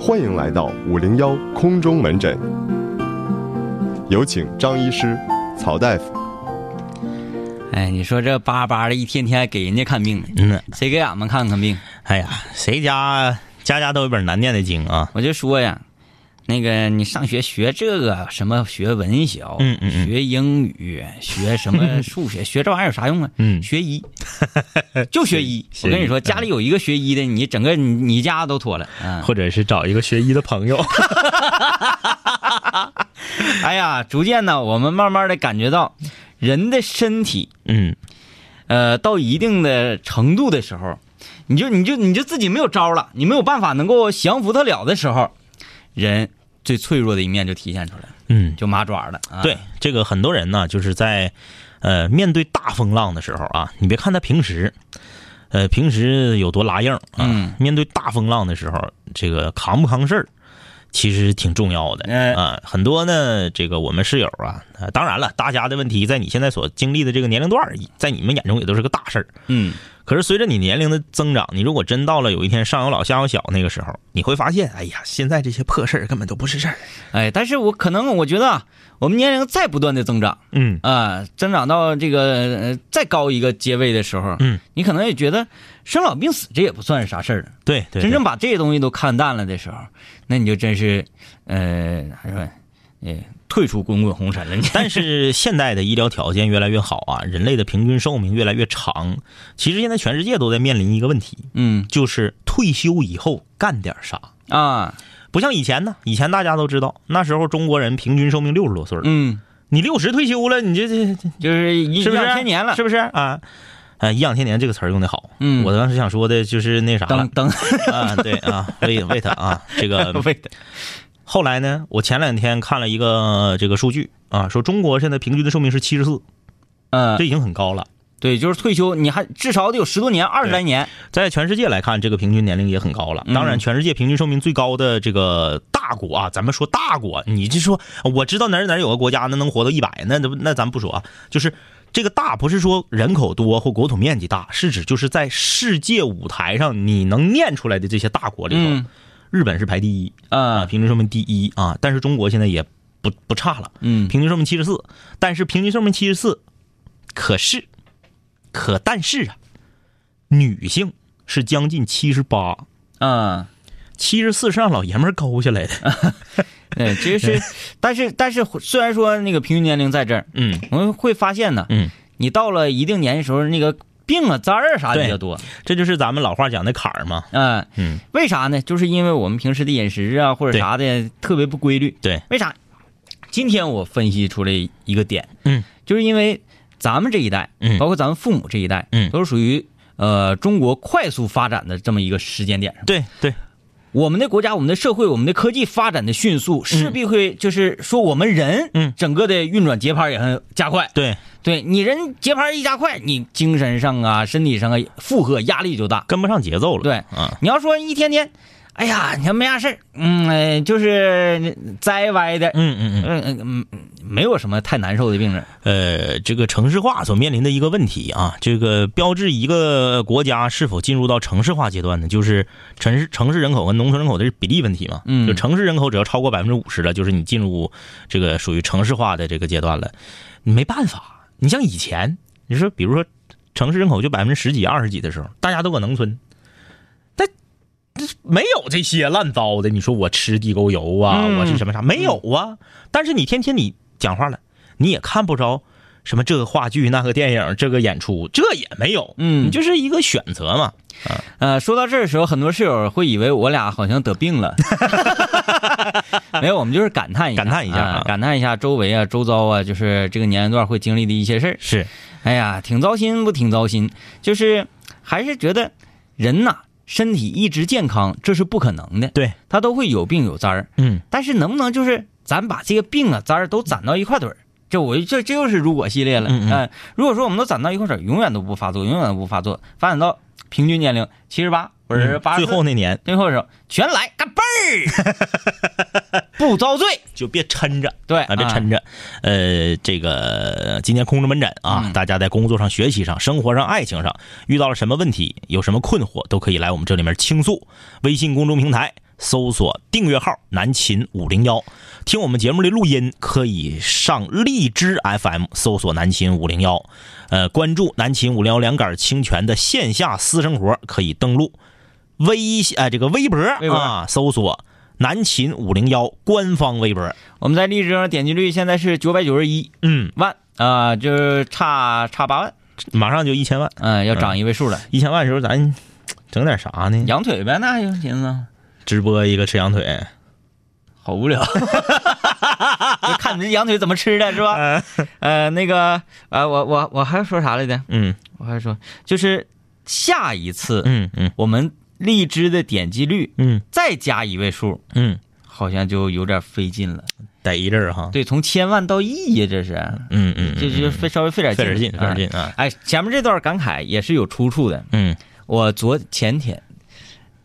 欢迎来到五零幺空中门诊，有请张医师、曹大夫。哎，你说这巴巴的，一天天给人家看病呢，嗯，谁给俺们看看病？哎呀，谁家家家都有本难念的经啊？我就说呀，那个你上学学这个什么学文学，嗯嗯嗯学英语，学什 么数学，学这玩意儿有啥用啊？嗯学 医，就学医。学我跟你说，医嗯家里有一个学医的，你整个你你家都妥了。嗯，或者是找一个学医的朋友。哎呀，逐渐呢，我们慢慢的感觉到，人的身体， 嗯，呃，到一定的程度的时候，你就你就你就自己没有招了，你没有办法能够降服他了的时候，人最脆弱的一面就体现出来了，嗯，就麻爪了。啊、对，这个很多人呢，就是在呃面对大风浪的时候啊，你别看他平时，呃，平时有多拉硬啊，嗯面对大风浪的时候，这个扛不扛事儿，其实挺重要的。哎啊，很多呢，这个我们室友啊，呃当然了，大家的问题在你现在所经历的这个年龄段儿，在你们眼中也都是个大事儿。嗯，可是随着你年龄的增长，你如果真到了有一天上有老下有小那个时候，你会发现，哎呀，现在这些破事儿根本都不是事儿。哎，但是我可能我觉得啊我们年龄再不断的增长嗯啊、增长到这个、呃、再高一个阶位的时候，嗯，你可能也觉得生老病死这也不算是啥事儿了。对对对真正把这些东西都看淡了的时候，那你就真是，呃，还说，呃，退出滚滚红尘了。你 但是现代的医疗条件越来越好啊，人类的平均寿命越来越长。其实现在全世界都在面临一个问题，嗯就是退休以后干点啥。啊，不像以前呢，以前大家都知道，那时候中国人平均寿命六十多岁儿，嗯，你六十退休了，你这这这就是颐是不是养天年了。是不是啊？啊，颐养天年这个词儿用的好，嗯我当时想说的就是那啥了等，等， 啊，对啊，为为他啊，这个 喂的，后来呢，我前两天看了一个这个数据啊，说中国现在平均的寿命是七十四，嗯这，已经很高了，对，就是退休，你还至少得有十多年、二十来年。在全世界来看，这个平均年龄也很高了。当然，全世界平均寿命最高的这个大国啊，咱们说大国，你就说我知道哪儿哪儿有个国家那能活到一百，那那那咱不说啊，就是。这个大不是说人口多或国土面积大，是指就是在世界舞台上你能念出来的这些大国里头，嗯日本是排第一，啊，啊，平均寿命第一啊，但是中国现在也不不差了，嗯平均寿命七十四，但是平均寿命七十四，可是，可但是啊，女性是将近七十八，啊，七十四是让老爷们儿勾下来的，对，其实是，但是但是，虽然说那个平均年龄在这儿，嗯我们会发现呢，嗯，你到了一定年龄时候，那个病啊、灾儿啊啥的对比较多。这就是咱们老话讲的坎儿嘛，嗯，嗯，为啥呢？就是因为我们平时的饮食啊或者对啥的特别不规律。对，为啥？今天我分析出来一个点，嗯，就是因为咱们这一代，嗯包括咱们父母这一代，嗯都是属于呃中国快速发展的这么一个时间点上。对对，我们的国家、我们的社会、我们的科技发展的迅速，势必会就是说我们人，嗯整个的运转节拍也很加快。对，对你人节拍一加快，你精神上啊、身体上啊负荷压力就大。跟不上节奏了，对啊，你要说一天天，哎呀，你看没啥事儿，嗯，哎就是栽歪的，嗯嗯嗯。嗯嗯嗯嗯，没有什么太难受的病人。呃，这个城市化所面临的一个问题啊，这个标志一个国家是否进入到城市化阶段呢，就是城市城市人口跟农村人口的比例问题嘛。嗯就城市人口只要超过百分之五十了，就是你进入这个属于城市化的这个阶段了。没办法，你像以前，你说比如说城市人口就百分之十几、二十几的时候，大家都搁农村，但这没有这些烂糟的。你说我吃地沟油啊，嗯我是什么啥没有啊？但是你天天你讲话了，你也看不着什么这个话剧、那个电影、这个演出，这也没有。嗯你就是一个选择嘛。呃，说到这儿的时候，很多室友会以为我俩好像得病了， 没有，我们就是感叹一下，感叹一下啊啊感叹一下周围啊、周遭啊，就是这个年龄段会经历的一些事儿。是，哎呀，挺糟心，不挺糟心，就是还是觉得人呐、身体一直健康这是不可能的，对，他都会有病有灾儿。嗯，但是能不能就是咱把这个病啊灾儿都攒到一块堆儿？这我这这又是如果系列了。嗯嗯呃如果说我们都攒到一块堆儿，永远都不发作，永远都不发作，发展到平均年龄七十八或者是八十、嗯最后那年最后的时候全来干倍儿，不遭罪。就别抻着。对 啊，别抻着。呃，这个今天空中门诊啊，嗯大家在工作上、学习上、生活上、爱情上遇到了什么问题，有什么困惑，都可以来我们这里面倾诉。微信公众平台。搜索订阅号“南秦五零幺”，听我们节目的录音可以上荔枝 FM 搜索“南秦五零幺”，呃，关注“南秦五零幺两杆清泉”的线下私生活可以登录微信，哎、这个微博微博啊，搜索“南秦五零幺”官方微博，我们在荔枝上点击率现在是九百九十一嗯，万啊、就是差差八万，马上就一千万，嗯、要涨一位数了。一千万的时候咱整点啥呢？羊腿呗，那啊就寻 思直播一个吃羊腿，好无聊，就看你这羊腿怎么吃的，是吧？呃，那个，呃，我我我还要说啥来着？嗯我还说，就是下一次嗯嗯我们荔枝的点击率嗯再加一位数，嗯，好像就有点费劲了。得一阵儿哈，对，从千万到亿呀，这是，嗯嗯，嗯这就嗯费稍微费点费点劲劲，，费点劲啊。啊，哎，前面这段感慨也是有出处的。嗯我昨前天，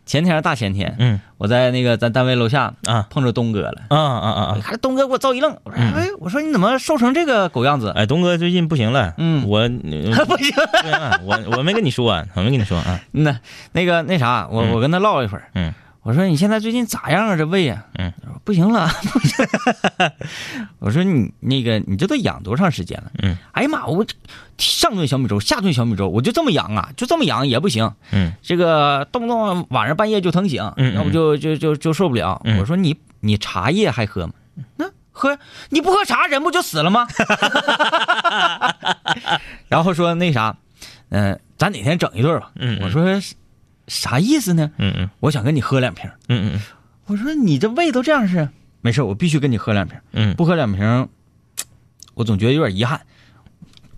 前天还是大前天，嗯我在那个咱单位楼下啊碰着东哥了。啊啊啊嗯啊！看东哥给我照一愣，我说：“哎，我说你怎么瘦成这个狗样子哎，东哥最近不行了，嗯我？”不 不行，行了，我我没跟你说，我没跟你说啊， 那那个那啥，我嗯我跟他唠一会儿。嗯，我说你现在最近咋样啊？这胃啊？嗯他说，不行 了，不行。我说你那个你这都养多长时间了？嗯，哎呀妈，我这上顿小米粥，下顿小米粥，我就这么养啊，就这么养也不行。嗯这个动不动晚上半夜就疼醒，嗯嗯要不就就就就受不了。嗯我说你你茶叶还喝吗？那喝你不喝茶人不就死了吗？ 然后说那啥，嗯、咱哪天整一顿吧。嗯嗯我说啥意思呢？嗯嗯我想跟你喝两瓶。嗯我说你这胃都这样式，没事，我必须跟你喝两瓶，嗯不喝两瓶，我总觉得有点遗憾。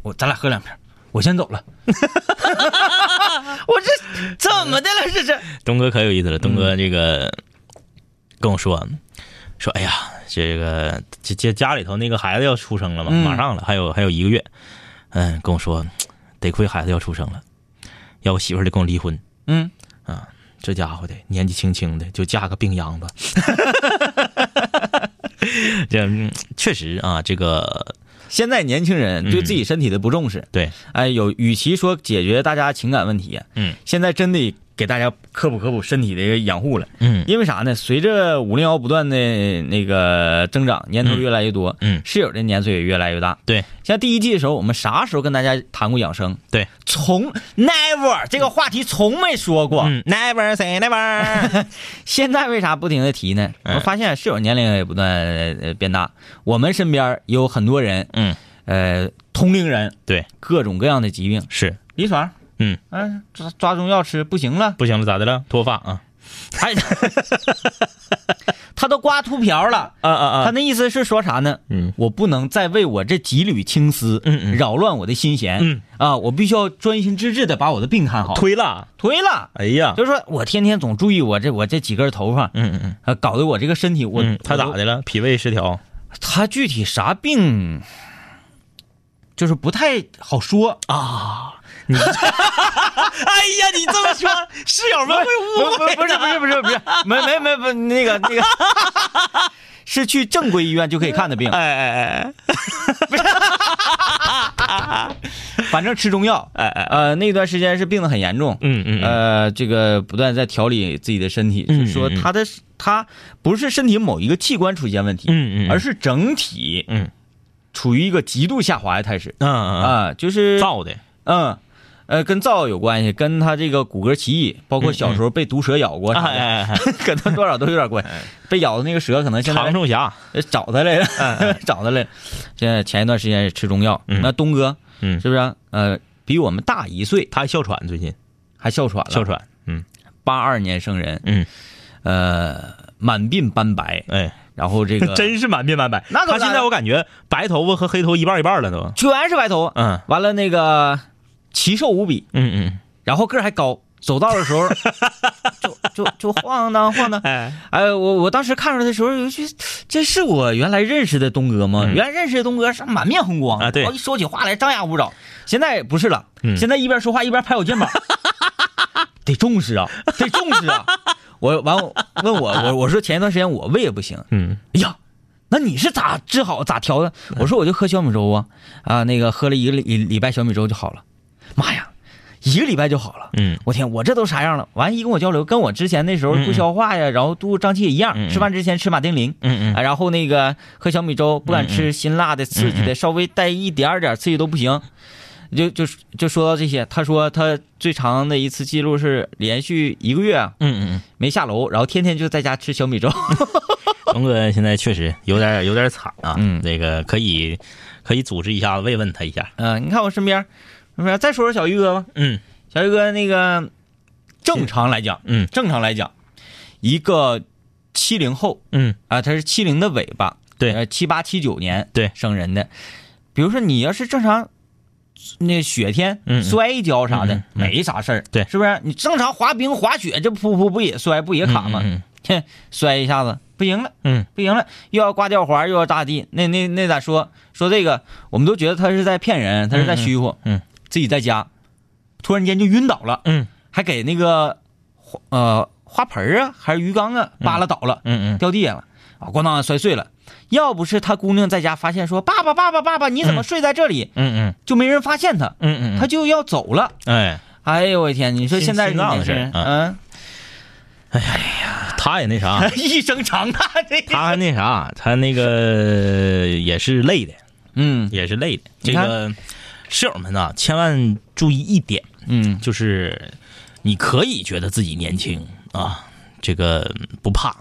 我咱俩喝两瓶，我先走了。 我这 怎么的了？这是嗯，东哥可有意思了，东哥这个跟我说说，哎呀，这个这这家里头那个孩子要出生了嘛，嗯马上了，还有还有一个月，嗯，跟我说，得亏孩子要出生了，要不媳妇儿得跟我离婚，嗯，这家伙的年纪轻轻的就嫁个病秧子， 这嗯确实啊，这个现在年轻人对自己身体的不重视，对，哎，有与其说解决大家情感问题，啊嗯，现在真得给大家科普科普身体的一个养护了。嗯因为啥呢？随着五零幺不断的那个增长，年头越来越多，嗯室友的年岁也越来越大。对，像第一季的时候，我们啥时候跟大家谈过养生？对，从 never 这个话题从没说过。 嗯，never say never，现在为啥不停的提呢？嗯我发现室友年龄也不断呃变大，我们身边有很多人，嗯，呃，同龄人对，各种各样的疾病，是李爽，嗯嗯，抓抓中药吃不行了，不行了，咋的了？脱发啊哎，他都刮秃瓢了。啊啊他！那意思是说啥呢？嗯我不能再为我这几缕青丝，嗯嗯扰乱我的心弦，嗯啊，我必须要专心致志的把我的病看好。推了，推了，哎呀，就是说我天天总注意我这我这几根头发，嗯嗯嗯啊，搞得我这个身体，我嗯，他咋我的了？脾胃失调，他具体啥病，就是不太好说啊。你，哎呀，你这么说， 室友们会误会。不是不是不是不是，没没没不那个那个，是去正规医院就可以看的病，哎哎 反正吃中药。哎哎，呃，那段时间是病得很严重，嗯嗯嗯呃，这个不断在调理自己的身体，嗯是说嗯嗯他的他不是身体某一个器官出现问题，嗯嗯，而是整体嗯处于一个极度下滑的态势嗯嗯啊，就是燥的，嗯，呃，跟燥有关系，跟他这个骨骼奇异，包括小时候被毒蛇咬过哎啥的，嗯哎 哎， 可能多少都有点关系。被咬的那个蛇可能现长在寿侠，呃找他来了， 找他来了。现在前一段时间也吃中药，哎嗯那东哥嗯，是不是？呃，比我们大一岁，他哮喘最近还哮喘了，哮喘，嗯八二年生人，嗯，呃，满鬓斑白，哎，然后这个 真是满面满白。那都他现在我感觉白头发和黑头一半一半了都，全是白头，嗯完了那个奇瘦无比，嗯嗯，然后个儿还高，走道的时 候就就就晃荡晃荡。哎，哎，我我当时看着他的时候，我就觉得这是我原来认识的东哥吗？嗯原来认识的东哥是满面红光啊对然后一说起话来张牙舞爪。现在不是了，嗯现在一边说话一边拍我肩 膀，得重视啊，得重视啊。我完我问我我我说前一段时间我胃也不行，嗯哎呀，那你是咋治好咋调的？我说我就喝小米粥啊，啊，那个喝了一个礼礼拜小米粥就好了。妈呀，一个礼拜就好了。嗯我天，我这都啥样了？完一跟我交流，跟我之前那时候不消化呀，然后肚子胀气也一样。嗯嗯吃饭之前吃马丁啉，嗯啊，然后那个喝小米粥，不敢吃辛辣的、刺嗯激的，稍微带一点儿点儿刺激都不行。就就就说到这些，他说他最长的一次记录是连续一个月嗯嗯没下楼，然后天天就在家吃小米粥。嗯，龙哥现在确实有点有点惨啊，嗯这个可以可以组织一下子慰问他一下，嗯、你看我身边，身边再说说小玉哥吧。嗯小玉哥那个正常来讲，嗯正常来讲，一个七零后嗯啊，他是七零的尾巴，对呃，七八七九年对生人的，比如说你要是正常。那雪天嗯嗯摔一跤啥的、嗯嗯没啥事儿，对是不是？你正常滑冰滑雪，这噗噗不也摔不也卡吗？嗯哼，摔一下子不行了，嗯不行了，又要挂吊环，又要咋地？那那那咋说？说这个，我们都觉得他是在骗人，他是在虚乎。嗯嗯自己在家，突然间就晕倒了，嗯还给那个花呃花盆儿啊，还是鱼缸啊，扒拉倒了，嗯嗯掉地下了，啊，咣当摔碎了。要不是他姑娘在家发现说：“爸爸，爸爸，爸爸，你怎么睡在这里？”嗯就没人发现他，嗯嗯，他就要走了。哎，哎呦我的天！你说心现在心脏的事儿人家是嗯啊，他也那啥， 一声长叹，这他还那啥，他那个也是累的， 嗯也是累的。你这看个室友们呐、啊千万注意一点，嗯就是你可以觉得自己年轻啊，这个不怕，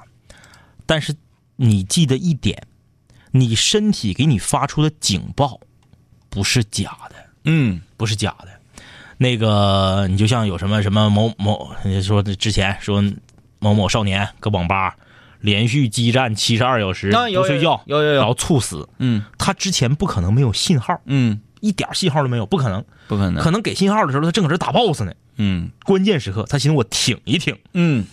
但是你记得一点，你身体给你发出的警报不是假的，嗯不是假的。那个你就像有什么什么某某，你说之前说某某少年搁网吧连续激战七十二小时啊有不睡觉，有有有有然后猝死，嗯他之前不可能没有信号，嗯，一点信号都没有，不可能。不可能，可能给信号的时候，他正搁这打 BOSS 呢。嗯关键时刻，他寻思我挺一挺。嗯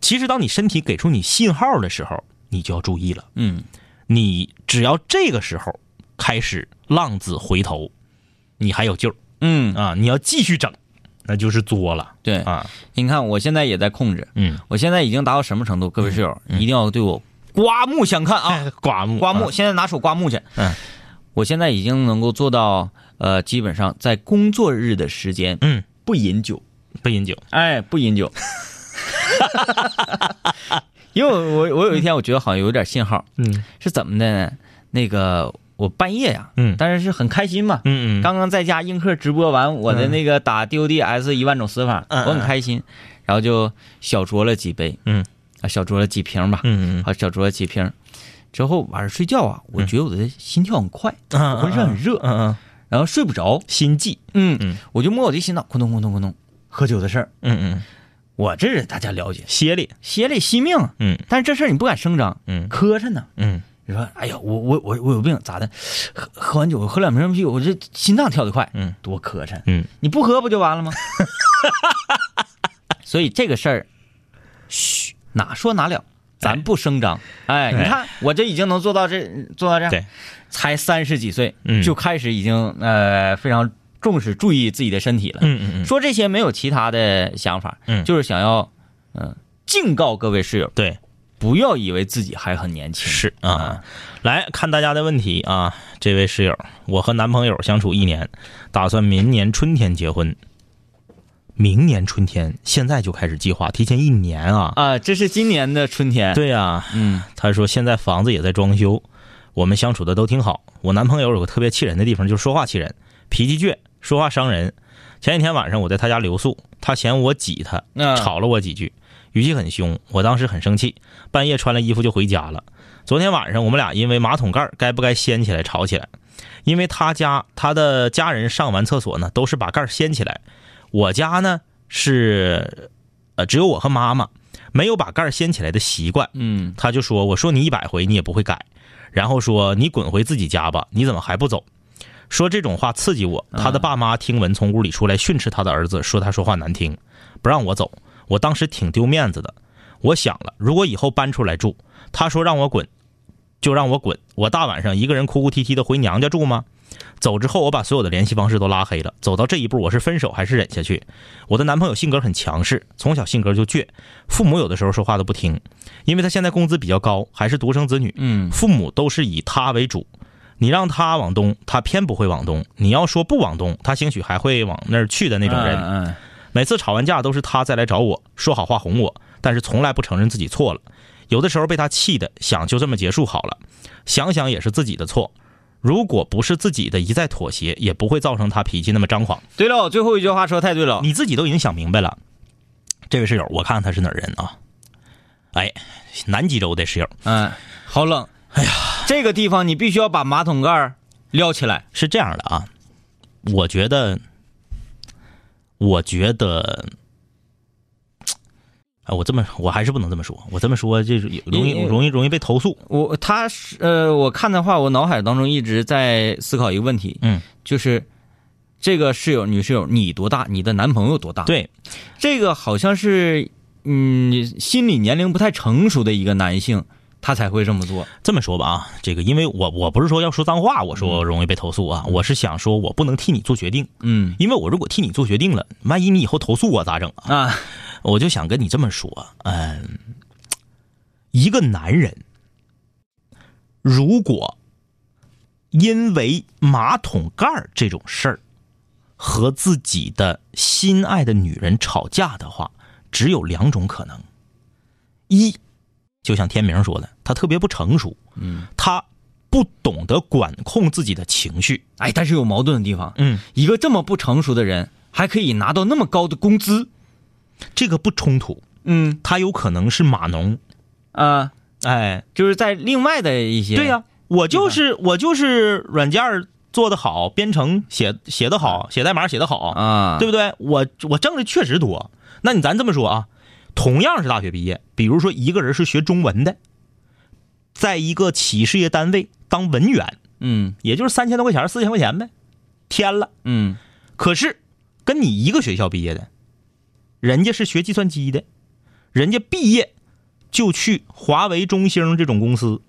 其实，当你身体给出你信号的时候，你就要注意了。嗯你只要这个时候开始浪子回头，你还有救儿嗯，啊！你要继续整，那就是作了对，啊！你看我现在也在控制，嗯，我现在已经达到什么程度？各位室友一定要对我刮目相看嗯啊！哎哦刮目刮目，，现在拿手刮目去。嗯，我现在已经能够做到，呃，基本上在工作日的时间嗯，不饮酒，不饮酒，哎，不饮酒。 因为我我有一天我觉得好像有点信号，嗯是怎么的呢？那个我半夜呀、嗯但是是很开心嘛，嗯嗯，嗯刚刚在家映客直播完我的那个打 DODS 一万种死法，嗯嗯我很开心，然后就小酌了几杯，嗯啊，小酌了几瓶吧，嗯嗯啊，小酌了几瓶，之后晚上睡觉啊，我觉得我的心跳很快，嗯，浑身很热，嗯嗯，然后睡不着，心悸，嗯嗯我就摸我的心脏，咕咚咕咚咕咚，喝酒的事儿，嗯嗯，我这是大家了解，歇力，歇了也惜命，嗯但是这事儿你不敢声张，嗯磕碜呢。嗯你说，哎呀，我我我我有病咋的？喝喝完酒，喝两瓶啤酒，我这心脏跳得快，嗯，多磕碜。嗯，你不喝不就完了吗？ 所以这个事儿，嘘，哪说哪了，咱不声张。哎，你看我这已经能做到这，做到这样，对，才三十几岁，嗯就开始已经呃非常重视、注意自己的身体了。嗯嗯嗯，说这些没有其他的想法，嗯就是想要，嗯、警告各位室友，对，不要以为自己还很年轻。是啊，来看大家的问题啊，这位室友，我和男朋友相处一年，打算明年春天结婚。明年春天，现在就开始计划，提前一年啊。啊，这是今年的春天。，对呀、啊嗯他说现在房子也在装修，我们相处的都挺好。我男朋友有个特别气人的地方，就是说话气人，脾气倔，说话伤人。前几天晚上我在他家留宿，他嫌我挤他，嗯吵了我几句，语气很凶。我当时很生气，半夜穿了衣服就回家了。昨天晚上我们俩因为马桶盖儿该不该掀起来吵起来，因为他家他的家人上完厕所呢，都是把盖儿掀起来，我家呢是呃只有我和妈妈没有把盖儿掀起来的习惯。嗯他就说：“我说你一百回你也不会改，然后说你滚回自己家吧，你怎么还不走？”说这种话刺激我。他的爸妈听闻从屋里出来，训斥他的儿子，说他说话难听，不让我走。我当时挺丢面子的。我想了，如果以后搬出来住，他说让我滚，就让我滚。我大晚上一个人哭哭啼啼的回娘家住吗？走之后，我把所有的联系方式都拉黑了。走到这一步，我是分手还是忍下去？我的男朋友性格很强势，从小性格就倔，父母有的时候说话都不听，因为他现在工资比较高，还是独生子女，嗯父母都是以他为主。你让他往东，他偏不会往东；你要说不往东，他兴许还会往那儿去的那种人。嗯，嗯每次吵完架都是他再来找我说好话哄我，但是从来不承认自己错了。有的时候被他气的想就这么结束好了，想想也是自己的错。如果不是自己的一再妥协，也不会造成他脾气那么张狂。对了，我最后一句话说太对了，你自己都已经想明白了。这位室友，我看他是哪儿人啊？哎，南极洲的室友嗯，好冷，哎呀，这个地方你必须要把马桶盖儿撩起来，是这样的啊，我觉得，我觉得。啊，我这么我还是不能这么说，我这么说就是容易因为容易容易被投诉。我他是呃，我看的话，我脑海当中一直在思考一个问题，嗯，就是这个室友女室友你多大，你的男朋友多大？，对，这个好像是嗯心理年龄不太成熟的一个男性，他才会这么做。这么说吧啊，这个因为我我不是说要说脏话，我说容易被投诉啊，我是想说我不能替你做决定，嗯因为我如果替你做决定了，万一你以后投诉我咋整啊？啊，我就想跟你这么说，嗯，一个男人如果因为马桶盖儿这种事儿和自己的心爱的女人吵架的话，只有两种可能：一，就像天明说的，他特别不成熟，嗯，他不懂得管控自己的情绪，哎，但是有矛盾的地方，嗯，一个这么不成熟的人还可以拿到那么高的工资，这个不冲突，嗯他有可能是码农，啊，哎，就是在另外的一些对呀、我就是我就是软件儿做的好，编程写写的好，写代码写的好，啊，对不对？我我挣的确实多。那你咱这么说啊，同样是大学毕业，比如说一个人是学中文的，在一个企事业单位当文员，嗯也就是三千多块钱、四千块钱呗，天了。嗯可是跟你一个学校毕业的，人家是学计算机的，人家毕业就去华为、中兴这种公司，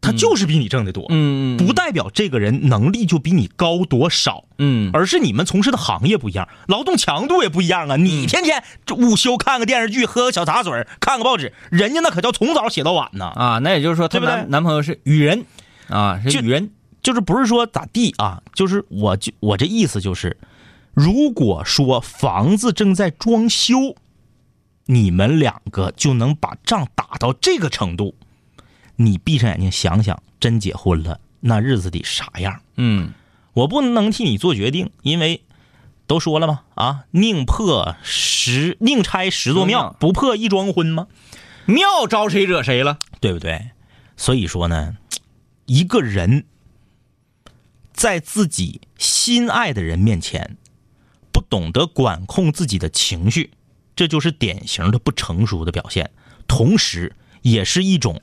他就是比你挣的多。嗯，不代表这个人能力就比你高多少，嗯而是你们从事的行业不一样，劳动强度也不一样嗯啊。你天天这午休看个电视剧，喝个小茶水儿，看个报纸，人家那可叫从早写到晚呢。啊，那也就是说，她对不对男男朋友是雨人啊，是就雨人，就是不是说咋地啊，就是我就我这意思就是，如果说房子正在装修，你们两个就能把仗打到这个程度，你闭上眼睛想想，真结婚了，那日子得啥样？嗯我不能替你做决定，因为都说了嘛，啊，宁破十宁拆十座庙嗯，不破一桩婚吗？，妙招谁惹谁了？对不对？所以说呢，一个人在自己心爱的人面前，不懂得管控自己的情绪，这就是典型的不成熟的表现，同时也是一种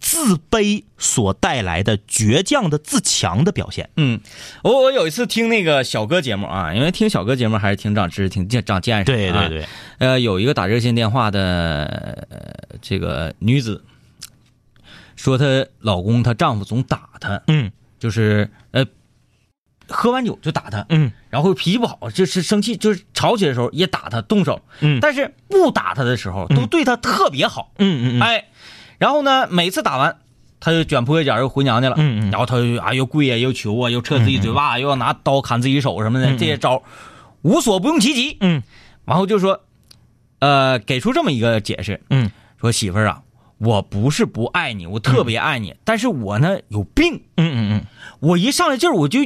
自卑所带来的倔强的自强的表现。嗯，我我有一次听那个小哥节目啊，因为听小哥节目还是挺长知识、挺见长见识。啊对对，对，呃，有一个打热线电话的、呃、这个女子，说她老公她丈夫总打她，嗯就是呃，喝完酒就打她，嗯然后脾气不好，就是生气，就是吵起来的时候也打她，动手。嗯但是不打她的时候，都对她特别好。嗯嗯嗯，哎，然后呢，每次打完，他就卷铺盖卷儿又回娘家了。嗯嗯然后他就啊又跪啊又求啊又撤自己嘴巴，又要拿刀砍自己手什么的，这些招儿无所不用其极。嗯然后就说，呃，给出这么一个解释，嗯说媳妇儿啊，我不是不爱你，我特别爱你，但是我呢有病，嗯嗯嗯，我一上来劲儿我就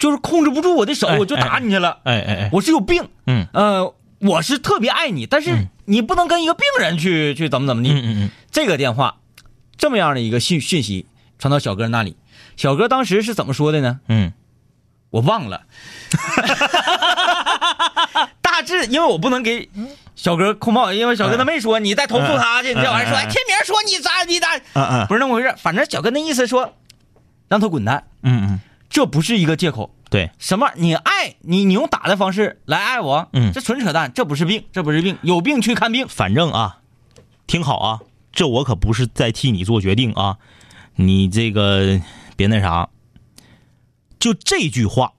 就是控制不住我的手，哎我就打你去了，哎哎哎，我是有病，嗯呃，我是特别爱你，但是你不能跟一个病人去去怎么怎么地。嗯嗯嗯，这个电话这么样的一个讯讯息传到小哥那里，小哥当时是怎么说的呢？嗯我忘了， 大致因为我不能给小哥扣帽，因为小哥他没说，你再投诉他去，你这玩意儿说，哎，天明说你咋你咋，嗯嗯不是那么回事，反正小哥那意思说，让他滚蛋，嗯嗯，这不是一个借口。对，什么？你爱你，你用打的方式来爱我，嗯这纯扯淡，这不是病，这不是病，有病去看病。反正啊，听好啊，这我可不是在替你做决定啊，你这个别那啥，就这句话，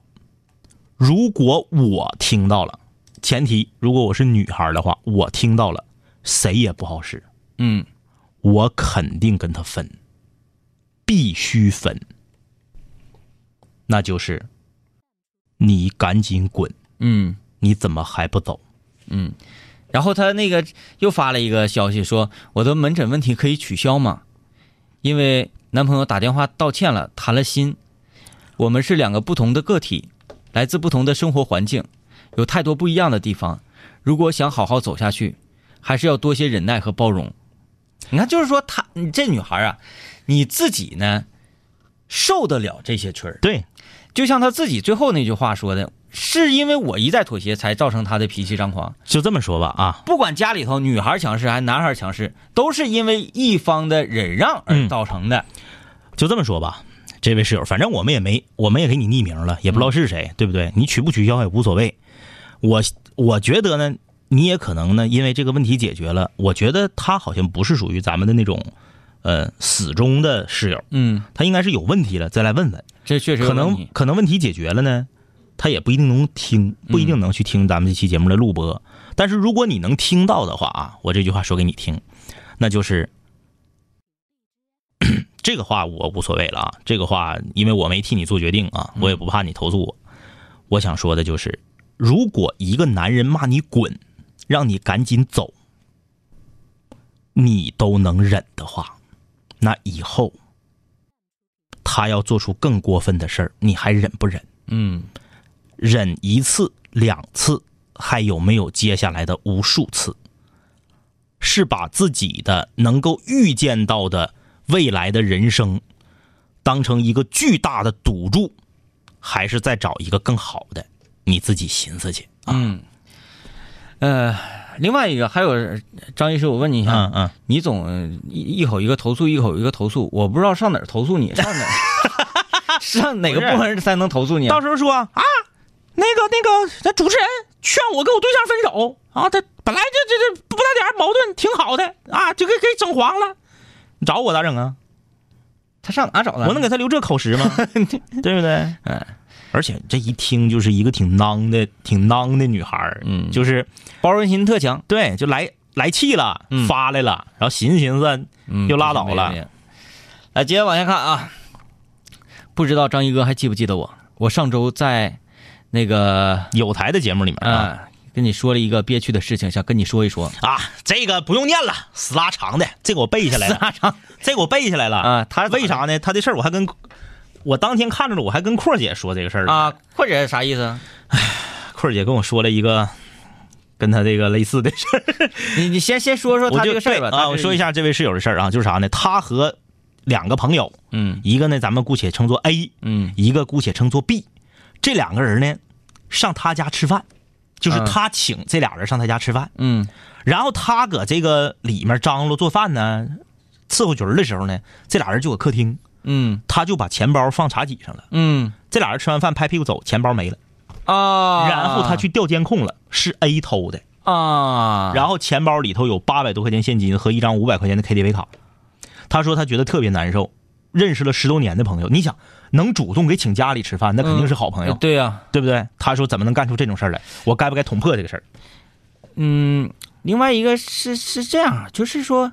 如果我听到了，前提如果我是女孩的话，我听到了，谁也不好使，嗯，我肯定跟他分，必须分。那就是你赶紧滚，嗯你怎么还不走？嗯。然后他那个又发了一个消息说，我的门诊问题可以取消吗？因为男朋友打电话道歉了，谈了心。我们是两个不同的个体，来自不同的生活环境，有太多不一样的地方。如果想好好走下去，还是要多些忍耐和包容。你看，就是说她，你这女孩啊，你自己呢，受得了这些气儿。对，就像她自己最后那句话说的，是因为我一再妥协，才造成她的脾气张狂。就这么说吧啊，不管家里头女孩强势还是男孩强势，都是因为一方的忍让而造成的。就这么说吧，这位室友，反正我们也没，我们也给你匿名了，嗯也不知道是谁，对不对？你取不取消也无所谓。我我觉得呢，你也可能呢，因为这个问题解决了，我觉得他好像不是属于咱们的那种，呃，死忠的室友，嗯，他应该是有问题了再来问问。这确实有可问能题可能问题解决了呢，他也不一定能听，不一定能去听咱们这期节目的录播。但是如果你能听到的话啊，我这句话说给你听，那就是 咳这个话我无所谓了啊，这个话因为我没替你做决定啊，我也不怕你投诉我。我想说的就是，如果一个男人骂你滚，让你赶紧走，你都能忍的话，那以后他要做出更过分的事儿，你还忍不忍？嗯，忍一次、两次，还有没有接下来的无数次？是把自己的能够预见到的未来的人生，当成一个巨大的赌注，还是再找一个更好的？你自己寻思去啊！嗯，呃，另外一个还有呃张医师，我问你一下，嗯嗯，你总呃一一口一个投诉，一口一个投诉，我不知道上哪儿投诉你，上哪儿 上哪个部门才能投诉你啊？到时候说啊，那个那个，那主持人劝我跟我对象分手啊，他本来这这这不大点儿矛盾挺好的啊，就给给整黄了，你找我咋整啊？他上哪儿找的？我能给他留这口 实吗？对不对？哎，而且这一听就是一个挺囊的、挺囊的女孩儿，嗯就是包容心特强，对，就来来气了，嗯发来了，然后寻思寻思，嗯又拉倒了。没没来，接着往下看啊。不知道张一哥还记不记得我？我上周在那个有台的节目里面啊啊，跟你说了一个憋屈的事情，想跟你说一说啊，这个不用念了，死拉长的，这个我背下来了， 这个我背下来了啊他是咋的为啥呢？他这事儿我还跟我当天看着了，我还跟阔儿姐说这个事儿呢。啊，或者啥意思？阔儿姐跟我说了一个跟他这个类似的事儿，你你先先说说我他就这个事儿吧对。啊，他我是说一，下这位室友的事儿啊，就是啥呢？他和两个朋友，嗯一个呢咱们姑且称作 A，嗯一个姑且称作 B，这两个人呢上他家吃饭，就是嗯他请这俩人上他家吃饭，嗯然后他搁这个里面张罗做饭呢，伺候局儿的时候呢，这俩人就搁客厅，嗯他就把钱包放茶几上了。嗯这俩人吃完饭拍屁股走，钱包没了，啊，然后他去调监控了，是 A 偷的，啊，然后钱包里头有八百多块钱现金和一张五百块钱的 KTV 卡。他说他觉得特别难受，认识了十多年的朋友，你想能主动给请家里吃饭，那肯定是好朋友呃，对呀，对不对？他说怎么能干出这种事儿来？我该不该捅破这个事儿？嗯，另外一个是是这样，就是说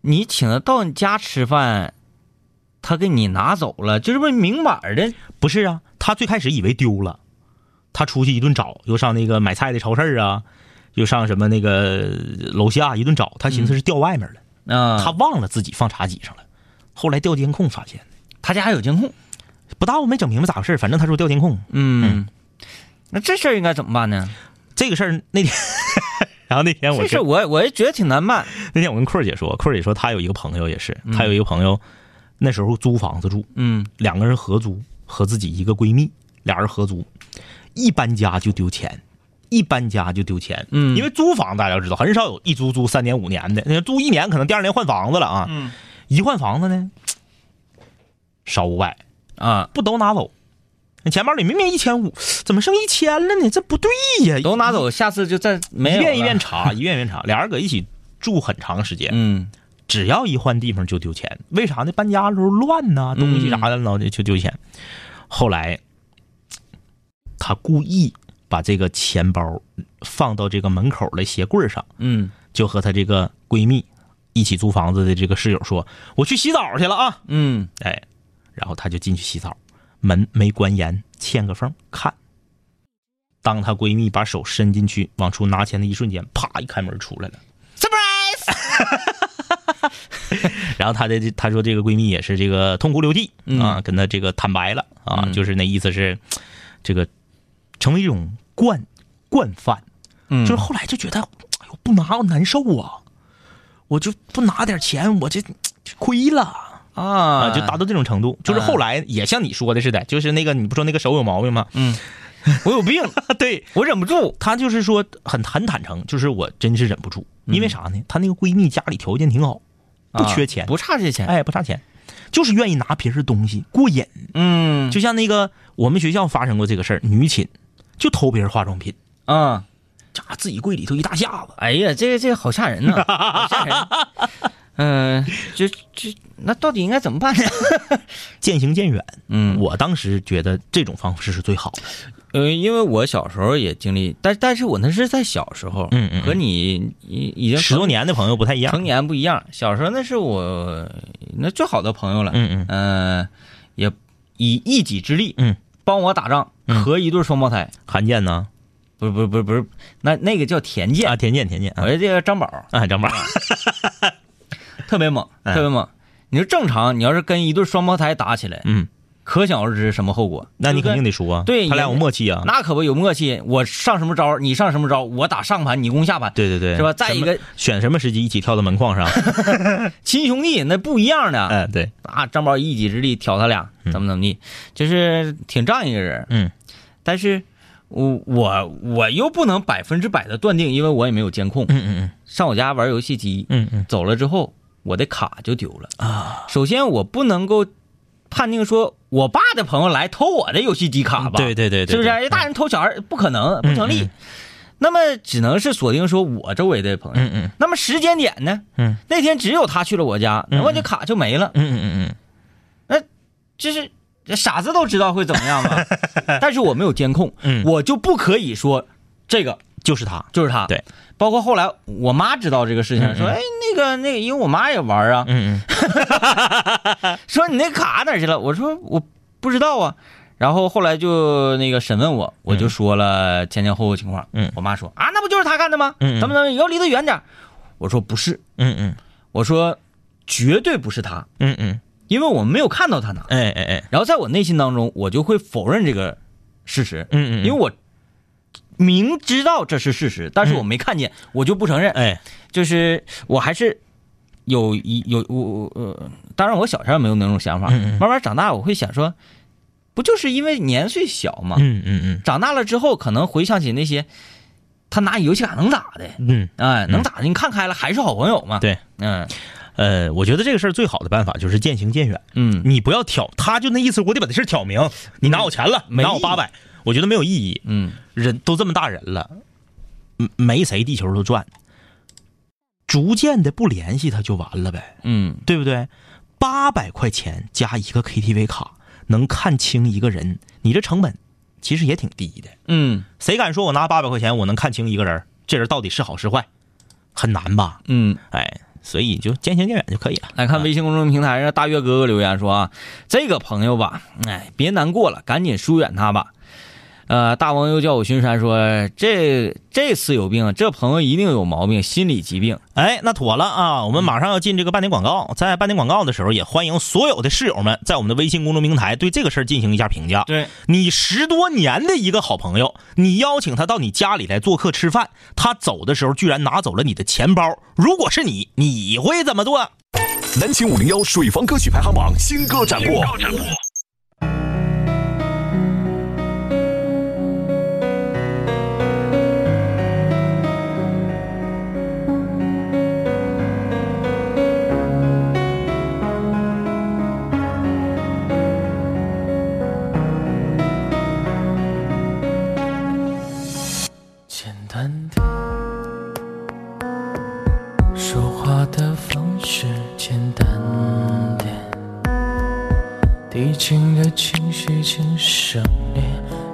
你请他到你家吃饭，他给你拿走了，就是不明摆儿的，不是啊，他最开始以为丢了，他出去一顿找，又上那个买菜的超市啊，又上什么那个楼下一顿找，他寻思是掉外面了，啊，他忘了自己放茶几上了。后来调监控发现，他家还有监控，不大我没整明白咋回事儿，反正他说调监控嗯，那这事儿应该怎么办呢？这个事儿那天，然后那天哎我这事儿跟我也我也觉得挺难办，那天我跟坤儿姐说，坤儿姐说她有一个朋友也是，她有一个朋友那时候租房子住，嗯两个人合租，和自己一个闺蜜，俩人合租，一搬家就丢钱，一搬家就丢钱。嗯因为租房大家知道，很少有一租租三年五年的，那租一年可能第二年换房子了啊。嗯一换房子呢，少五百，啊，不都拿走？那钱包里明明一千五，怎么剩一千了呢？这不对呀！都拿走，下次就再没一有遍一了遍查，一遍一遍查，俩人搁一起住很长时间。嗯只要一换地方就丢钱，为啥呢？搬家的时候乱嗯呐、东西啥的呢，就就丢钱。后来他故意把这个钱包放到这个门口的鞋柜上，嗯就和她这个闺蜜一起租房子的这个室友说：“我去洗澡去了啊嗯！”哎，然后他就进去洗澡，门没关严，嵌个缝儿看。当她闺蜜把手伸进去往出拿钱的一瞬间，啪一开门出来了，surprise！然后她的这她说这个闺蜜也是这个痛哭流涕啊，跟她这个坦白了啊，嗯就是那意思是这个成为一种惯惯犯，嗯，就是后来就觉得，哎呦，不拿我难受啊，我就不拿点钱，我这这亏了啊啊，就达到这种程度。就是后来也像你说的似的，就是那个你不说那个手有毛病吗？嗯， 我 有病，对我忍不住，他就是说很很坦诚，就是我真是忍不住，因为啥呢？她那个闺蜜家里条件挺好，不缺钱嗯啊，不差这钱，哎，不差钱，就是愿意拿别人东西过瘾。嗯，就像那个我们学校发生过这个事儿，女寝就偷别人化妆品，啊，家自己柜里头一大下子。哎呀，这个这个好吓人 呐，好吓人，嗯，就就那到底应该怎么办呢？渐行渐远。嗯，我当时觉得这种方式是最好的。呃，因为我小时候也经历，但但是我那是在小时候，嗯嗯嗯和你已已经十多年的朋友不太一样。成年不一样，小时候那是我那最好的朋友了，嗯嗯呃，也以一己之力，嗯，帮我打仗，嗯和一对双胞胎，韩建呢？不是不是不是不是，那那个叫田健，啊，田健，田健啊我，这个张宝啊，张宝，特别猛，嗯特别猛。你说正常，你要是跟一对双胞胎打起来，嗯，可想而知什么后果。那你肯定得，得输啊。对他俩有默契啊。那可不有默契，我上什么招，你上什么招，我打上盘，你攻下盘，对对对，是吧？再一什么个，选什么时机一起跳到门框上？亲兄弟那不一样的，哎，对，啊，张宝一己之力挑他俩，怎么怎么地，就是挺仗义一个人。嗯，但是我我我又不能百分之百的断定，因为我也没有监控。嗯嗯上我家玩游戏机，嗯嗯嗯走了之后，我的卡就丢了啊。首先，我不能够判定说我爸的朋友来偷我的游戏机卡吧？对对对对是不是？对哎大人偷小孩不可能，不成立。嗯那么只能是锁定说我周围的朋友。嗯嗯那么时间点呢？嗯那天只有他去了我家，那嗯我这卡就没了。嗯嗯嗯嗯，就是傻子都知道会怎么样 嘛。但是我没有监控，嗯我就不可以说这个就是他。就是他。对，包括后来我妈知道这个事情，说：“哎，那个那个，因为我妈也玩啊，嗯说你那卡哪儿去了？”我说：“我不知道啊。”然后后来就那个审问我，我就说了前前后后情况。嗯我妈说：“啊，那不就是他干的吗？嗯嗯怎么怎么，以后离他远点儿。”我说：“不是，嗯嗯嗯我说绝对不是他，嗯嗯，因为我没有看到他拿。哎哎哎，然后在我内心当中，我就会否认这个事实。嗯嗯，因为我明知道这是事实，但嗯是我没看见，我就不承认。哎，就是我还是有一有我我呃，当然我小时候没有那种想法，嗯嗯慢慢长大我会想说，不就是因为年岁小嘛？嗯嗯嗯长大了之后，可能回想起那些他拿游戏卡能咋的？嗯。哎，能咋的？你看开了，还是好朋友嘛？对，嗯呃，我觉得这个事儿最好的办法就是渐行渐远。嗯你不要挑，他就那意思，我得把这事儿挑明。你拿我钱了，没拿我意义八百，我觉得没有意义。嗯，人都这么大人了，嗯没谁地球都转，逐渐的不联系他就完了呗，嗯对不对？八百块钱加一个 KTV 卡，能看清一个人，你这成本其实也挺低的。嗯谁敢说我拿八百块钱我能看清一个人，这人到底是好是坏，很难吧？嗯。哎，所以就渐行渐远就可以了。来看微信公众平台上大月哥哥留言说啊，这个朋友吧，哎，别难过了，赶紧疏远他吧。呃，大王又叫我巡山说，这这次有病，这朋友一定有毛病，心理疾病。哎，那妥了啊！我们马上要进这个半点广告，在半点广告的时候，也欢迎所有的室友们在我们的微信公众平台对这个事儿进行一下评价。对，你十多年的一个好朋友，你邀请他到你家里来做客吃饭，他走的时候居然拿走了你的钱包。如果是你，你会怎么做？南秦五零幺水房歌曲排行榜新歌展播。简单的说话的方式，简单点，低情的情绪请省略。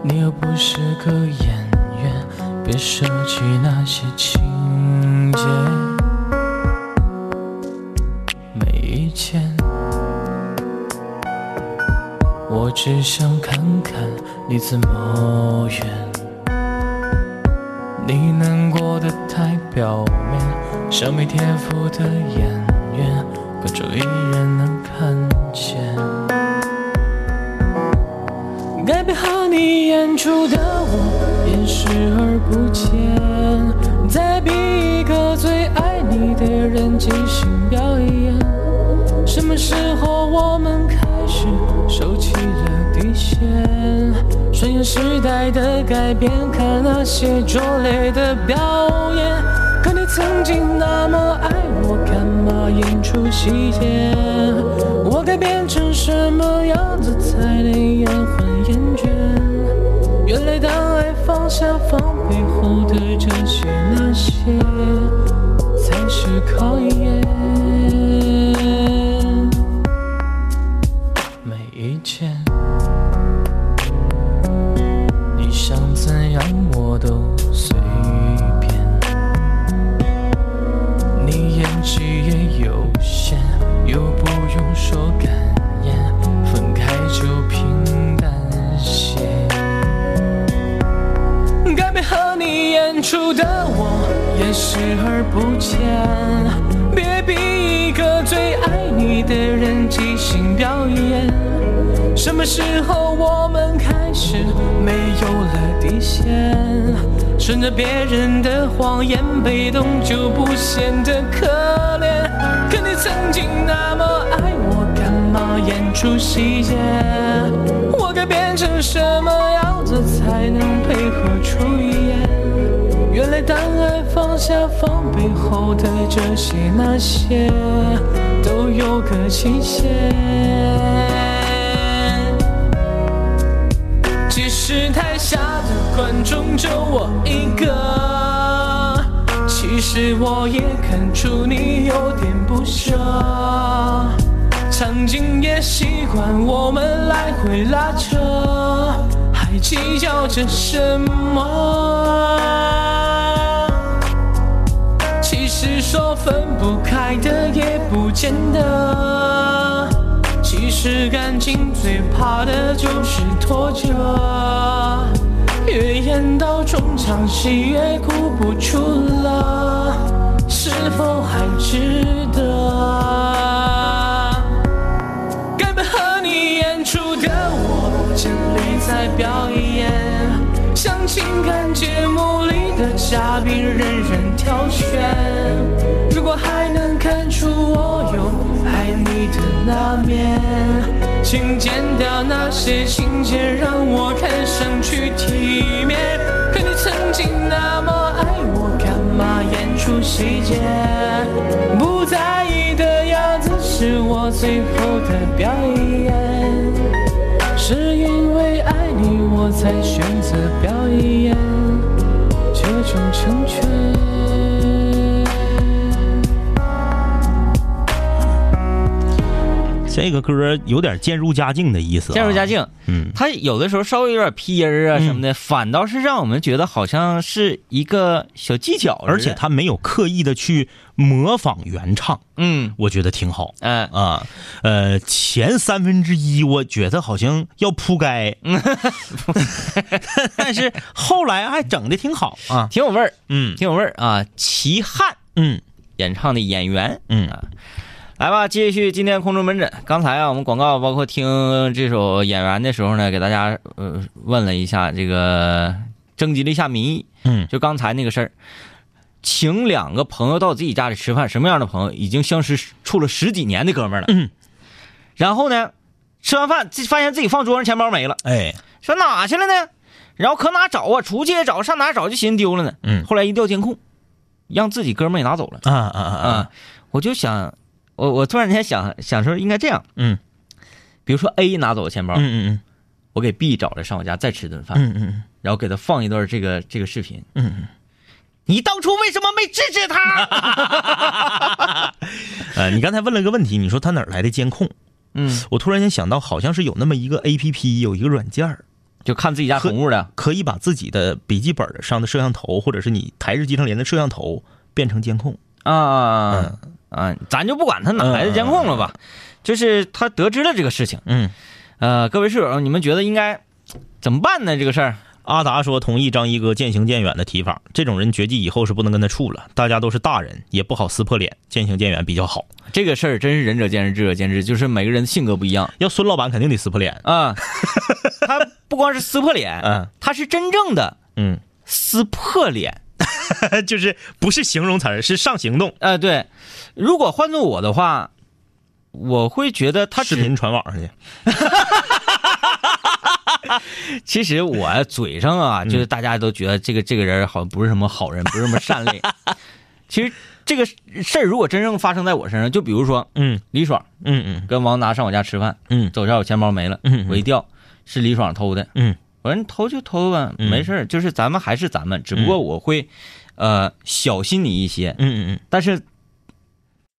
你又不是个演员，别设计那些情节。没意见，我只想看看你怎么演。你难过的太表面，像没天赋的演员，观众依然能看见。该配合你演出的我，也视而不见。再逼一个最爱你的人即兴表演。什么时候我们开始收起了底线？顺应时代的改变，看那些拙劣的表演。可你曾经那么爱我，干嘛演出细节？我该变成什么样子才能延缓厌倦？原来当爱放下防备后的这些那些，才是考验。每一天，你想怎样我都随便。你演技也有限，又不用说感言，分开就平淡些。该配和你演出的我也视而不见，别逼一个最爱你的人即兴表演。什么时候我们开始没有了底线？顺着别人的谎言，被动就不显得可怜。可你曾经那么爱我，干嘛演出细节？我该变成什么样子才能配合出演？原来当爱放下防备后的这些那些，都有个期限。其实台下的观众就我一个，其实我也看出你有点不舍。场景也习惯我们来回拉扯，还计较着什么？其实说分不开的也不见得，其实感情最怕的就是拖着，越演到中场戏越哭不出了，是否还值得？该配和你演出的我，尽力在表演，像情感节目里的嘉宾，任人挑选。如果还能看出我有爱你的那面，请剪掉那些情节，让我看上去体面。可你曾经那么爱我，干嘛演出细节？不在意的样子是我最后的表演。是因为爱你，我才选择表演这种成全。这个歌有点渐入佳境的意思、啊，渐入佳，境，嗯，他有的时候稍微有点皮音儿啊嗯什么的，反倒是让我们觉得好像是一个小技巧似的，而且他没有刻意的去模仿原唱，嗯我觉得挺好哎、 啊。呃，前三分之一我觉得好像要扑 街，但是后来还整的挺好啊。挺有味儿，嗯挺有味儿啊！齐汉嗯演唱的演员，嗯来吧，继续今天空中门诊。刚才啊，我们广告包括听这首演员的时候呢，给大家呃问了一下这个，征集了一下民意，嗯就刚才那个事儿，请两个朋友到自己家里吃饭，什么样的朋友？已经相识处了十几年的哥们儿了。嗯。然后呢，吃完饭自发现自己放桌上钱包没了，哎，说哪去了呢？然后可哪找啊？出去也找，上哪找就寻思丢了呢。嗯后来一调监控，让自己哥们儿给拿走了。啊啊啊啊，啊，我就想，我我突然间想想说，应该这样，嗯比如说 A 拿走我钱包，嗯嗯我给 B 找来上我家再吃顿饭，嗯嗯嗯然后给他放一段这个这个视频。嗯嗯。你当初为什么没制止 他？呃，你刚才问了个问题，你说他哪儿来的监控？嗯，我突然间想到，好像是有那么一个 A P P，有一个软件儿就看自己家宠物的。可以把自己的笔记本上的摄像头，或者是你台式机上连的摄像头变成监控。啊嗯啊，咱就不管他哪来的监控了吧，就是他得知了这个事情嗯呃，各位室友，你们觉得应该怎么办呢？这个事儿，阿达说同意张一哥渐行渐远的提法，这种人绝迹以后是不能跟他处了。大家都是大人，也不好撕破脸，渐行渐远比较好。这个事儿真是仁者见仁，智者见智，就是每个人性格不一样要孙老板肯定得撕破脸。啊。 他不光是撕破脸，嗯他是真正的嗯，撕破脸。就是不是形容词儿，是上行动。呃，对，如果换做我的话，我会觉得他视只频传网上去。 其实我嘴上嗯啊，就是大家都觉得这个这个人好像不是什么好人，不是什么善类。 其实这个事儿如果真正发生在我身上，就比如说嗯李爽嗯嗯跟王达上我家吃饭，嗯走下我钱包没了，嗯嗯我一调是李爽偷的，嗯我说你偷就偷吧，嗯没事儿，就是咱们还是咱们，只不过我会呃小心你一些，嗯嗯嗯，但是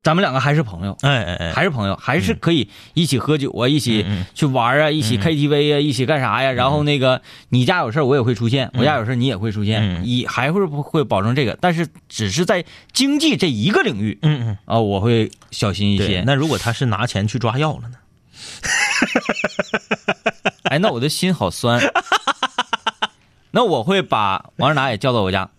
咱们两个还是朋友。哎哎哎，还是朋友，还是可以一起喝酒啊，一起嗯嗯嗯去玩啊，一起 KTV 啊，一起干啥呀？然后那个你家有事儿我也会出现，我家有事儿你也会出现，嗯以还会不会保证这个？但是只是在经济这一个领域嗯嗯，啊，我会小心一对。些。那如果他是拿钱去抓药了呢？哎，那我的心好 酸。那我会把王二达也叫到我家，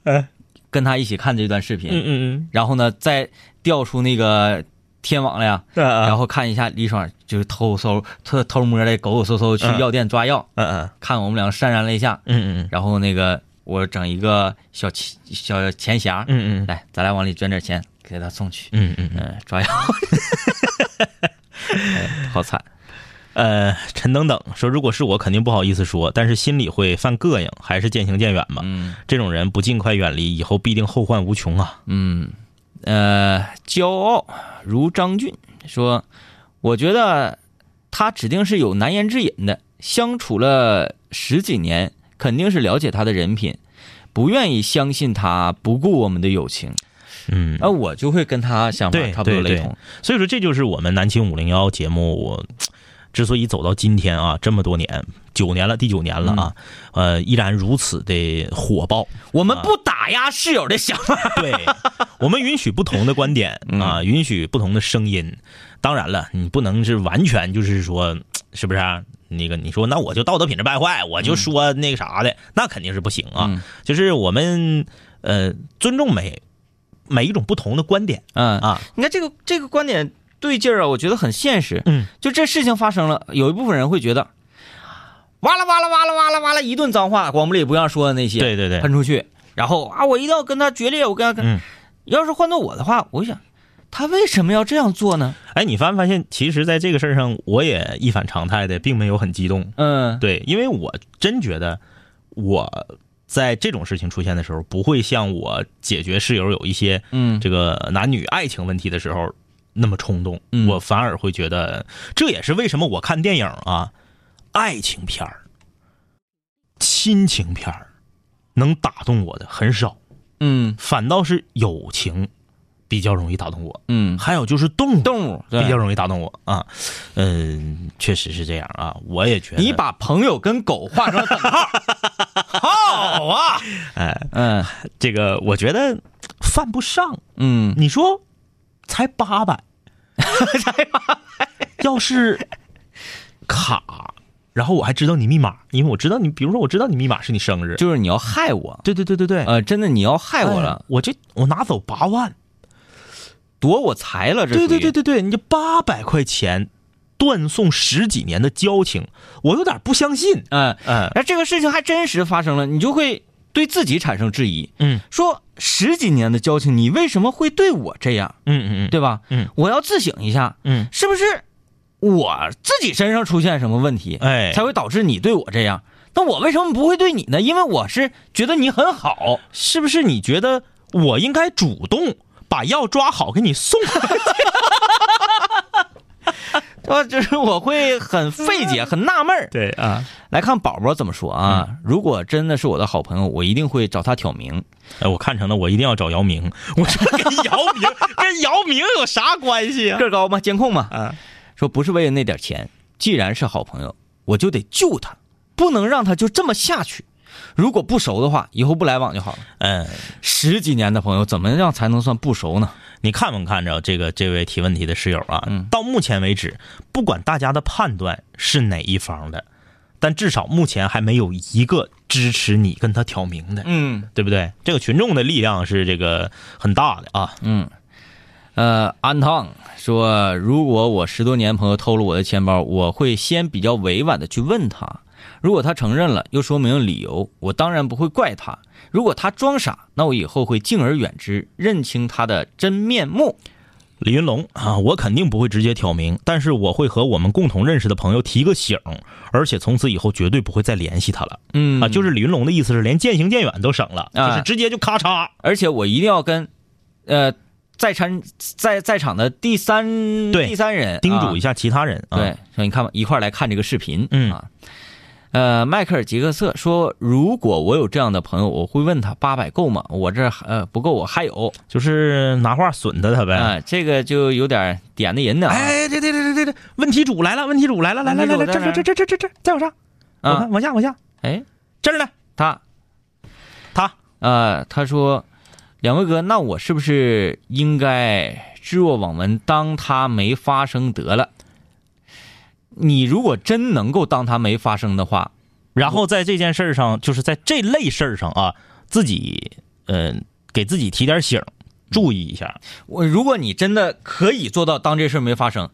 跟他一起看这段视频，嗯然后呢再调出那个天网来呀。嗯然啊后看一下李爽，就是偷搜偷偷摸的狗狗搜搜去嗯药店抓药，嗯嗯看我们俩潸然泪下，嗯嗯然后那个我整一个小钱小钱匣，嗯嗯来，咱俩往里捐点钱给他送去，嗯嗯嗯，嗯，抓药， 哎好 惨，呃，陈等等说，如果是我，肯定不好意思说，但是心里会犯膈应，还是渐行渐远吧。嗯这种人不尽快远离，以后必定后患无穷啊。嗯，呃，骄傲如张俊说，我觉得他指定是有难言之隐的，相处了十几年，肯定是了解他的人品。不愿意相信他，不顾我们的友情，嗯，那我就会跟他想法对差不多对雷对同。所以说这就是我们南青五零幺节目我之所以走到今天啊，这么多年，九年了，第九年了啊，呃，依然如此的火爆。我们不打压室友的想法， 对，我们允许不同的观点嗯啊，允许不同的声音。当然了，你不能是完全就是说，是不是、啊？那个你说，那我就道德品质败坏，我就说那个啥的，那肯定是不行啊。嗯就是我们呃，尊重每每一种不同的观点嗯啊。你看这个这个观点对劲儿啊，我觉得很现实。嗯，就这事情发生了，有一部分人会觉得，哇啦哇啦哇啦哇啦哇啦一顿脏话，广播里不让说的那些，对对对喷出去，然后啊，我一定要跟他决裂，我跟他跟，嗯要是换做我的话，我想他为什么要这样做呢？哎，你发没发现，其实在这个事儿上，我也一反常态的，并没有很激动。嗯，对，因为我真觉得我在这种事情出现的时候，不会像我解决室友有一些嗯这个男女爱情问题的时候那么冲动，嗯我反而会觉得这也是为什么我看电影啊，爱情片儿、亲情片儿能打动我的很少，嗯反倒是友情比较容易打动我，嗯，还有就是动物。动物比较对。容易打动我啊，嗯，确实是这样啊，我也觉得你把朋友跟狗画成等号，好啊！哎， 嗯 这个我觉得犯不上。嗯，你说才八百， 才八百，要是卡，然后我还知道你密码，因为我知道你，比如说我知道你密码是你生日，就是你要害我，对对对对对，呃，真的你要害我了哎，我这我拿走八万，夺我财了，这对对属于对对对，你这八百块钱断送十几年的交情，我有点不相信。嗯，嗯那这个事情还真实发生了，你就会对自己产生质疑，嗯说十几年的交情，你为什么会对我这样，嗯嗯对吧？嗯，我要自省一下，嗯，是不是我自己身上出现什么问题，哎才会导致你对我这样？那我为什么不会对你呢？因为我是觉得你很好，是不是你觉得我应该主动把药抓好给你送？对吧？啊就是我会很费解、很纳闷儿。 对嗯啊，来看宝宝怎么说啊？如果真的是我的好朋友，我一定会找他挑明。哎，我看成了，我一定要找姚明。我说跟姚明跟姚明有啥关系 啊？个儿高吗？监控吗？啊，说不是为了那点钱，既然是好朋友，我就得救他，不能让他就这么下去。如果不熟的话，以后不来往就好了。嗯，十几年的朋友，怎么样才能算不熟呢？你看没看着这个这位提问题的室友啊？到目前为止，不管大家的判断是哪一方的，但至少目前还没有一个支持你跟他挑明的，嗯，对不对？这个群众的力量是这个很大的啊。呃，安烫说，如果我十多年朋友偷了我的钱包，我会先比较委婉的去问他，如果他承认了，又说明理由，我当然不会怪他；如果他装傻，那我以后会敬而远之，认清他的真面目。李云龙啊，我肯定不会直接挑明，但是我会和我们共同认识的朋友提个醒，而且从此以后绝对不会再联系他了。嗯啊，就是李云龙的意思是连渐行渐远都省了，哎就是直接就咔嚓。而且我一定要跟，呃，在场在在场的第三对第三人叮嘱一下、下其他人啊，对，说你看吧，一块儿来看这个视频。嗯啊，呃，迈克尔·杰克瑟说，如果我有这样的朋友，我会问他八百够吗？我这还呃不够，我还有就是拿话损他他啊、呗。这个就有点点的人呢、啊。哎，这这这这这这，问题主来了，问题主来了，来来来来，这这这这这这，再往上，我啊看，往下往下，哎，这儿呢，他他呃，他说，两位哥，那我是不是应该置若罔闻，当他没发生得了？你如果真能够当他没发生的话，然后在这件事儿上，就是在这类事儿上啊，自己嗯、给自己提点醒，注意一下。我如果你真的可以做到当这事儿没发生，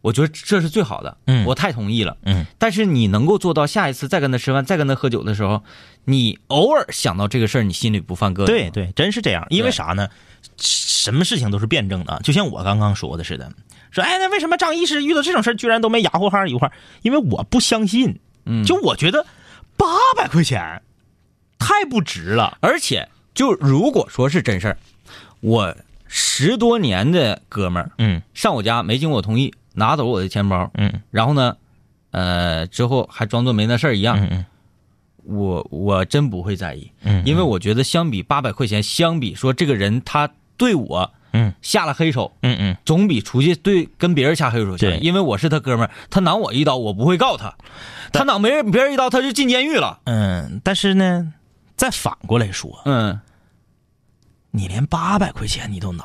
我觉得这是最好的。嗯我太同意了。嗯，但是你能够做到下一次再跟他吃饭、再跟他喝酒的时候，你偶尔想到这个事儿，你心里不犯疙瘩。对，啊对，真是这样。因为对啥呢？什么事情都是辩证的，就像我刚刚说的似的，说哎，那为什么张医师遇到这种事儿居然都没牙呼哈一块儿？因为我不相信，嗯，就我觉得八百块钱太不值了。而且就如果说是真事儿，我十多年的哥们儿嗯上我家没经我同意拿走我的钱包，嗯然后呢，呃，之后还装作没那事儿一样，嗯嗯我我真不会在意。嗯，因为我觉得相比八百块钱，相比说这个人他对我嗯下了黑手，嗯嗯，总比出去对跟别人下黑手强对。因为我是他哥们儿，他挡我一刀，我不会告他；他挡别人别人一刀，他就进监狱了。嗯，但是呢，再反过来说，嗯，你连八百块钱你都拿，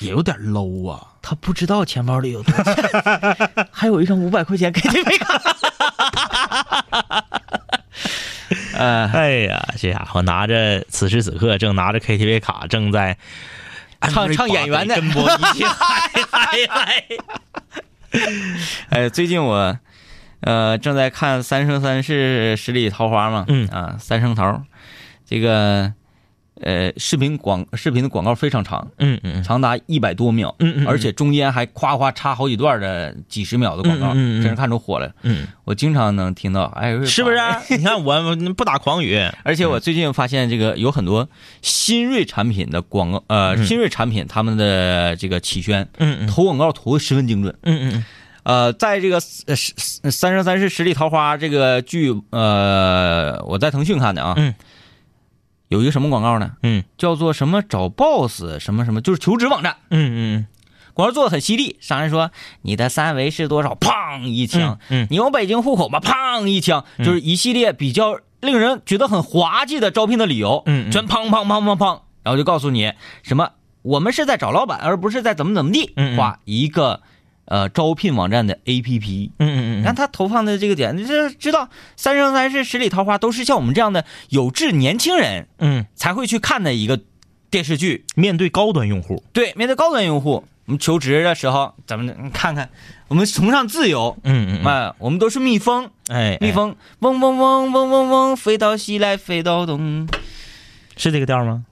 也有点 low 啊。他不知道钱包里有多少钱，还有一张五百块钱 KTV 卡。呃，哎呀，这家伙拿着，此时此刻正拿着 KTV 卡，正在唱唱演员呢跟播一起嗨嗨嗨！ 哎，最近我呃正在看《三生三世十里桃花》嘛，嗯啊，三生桃，这个呃视频广视频的广告非常长，嗯嗯长达一百多秒，嗯嗯嗯而且中间还夸夸插好几段的几十秒的广告，嗯嗯嗯嗯真是看出火来。嗯，我经常能听到，哎，是不是？嗯你看我我不打诳语，而且我最近发现，这个有很多新锐产品的广告，呃，新锐产品他们的这个起宣，嗯投广告投的十分精准，嗯嗯呃，在这个呃十《三生三世十里桃花》这个剧，呃，我在腾讯看的啊，嗯，有一个什么广告呢？嗯叫做什么找 boss 什么什么，就是求职网站，嗯嗯广告做的很犀利，上来说你的三围是多少，砰一枪，嗯嗯嗯你有北京户口吗？砰一枪，就是一系列比较令人觉得很滑稽的招聘的理由，嗯嗯全砰砰砰砰砰，然后就告诉你什么，我们是在找老板，而不是在怎么怎么地，嗯嗯画一个呃招聘网站的 APP。嗯你看他投放的这个点，你这知道《三生三世十里桃花》都是像我们这样的有志年轻人嗯，才会去看的一个电视剧。面对高端用户，对，面对高端用户，我们求职的时候，咱们看看，我们崇尚自由，嗯嗯，哎，我们都是蜜蜂，哎，蜜蜂嗡嗡嗡嗡嗡嗡，飞到西来飞到东。是这个调吗？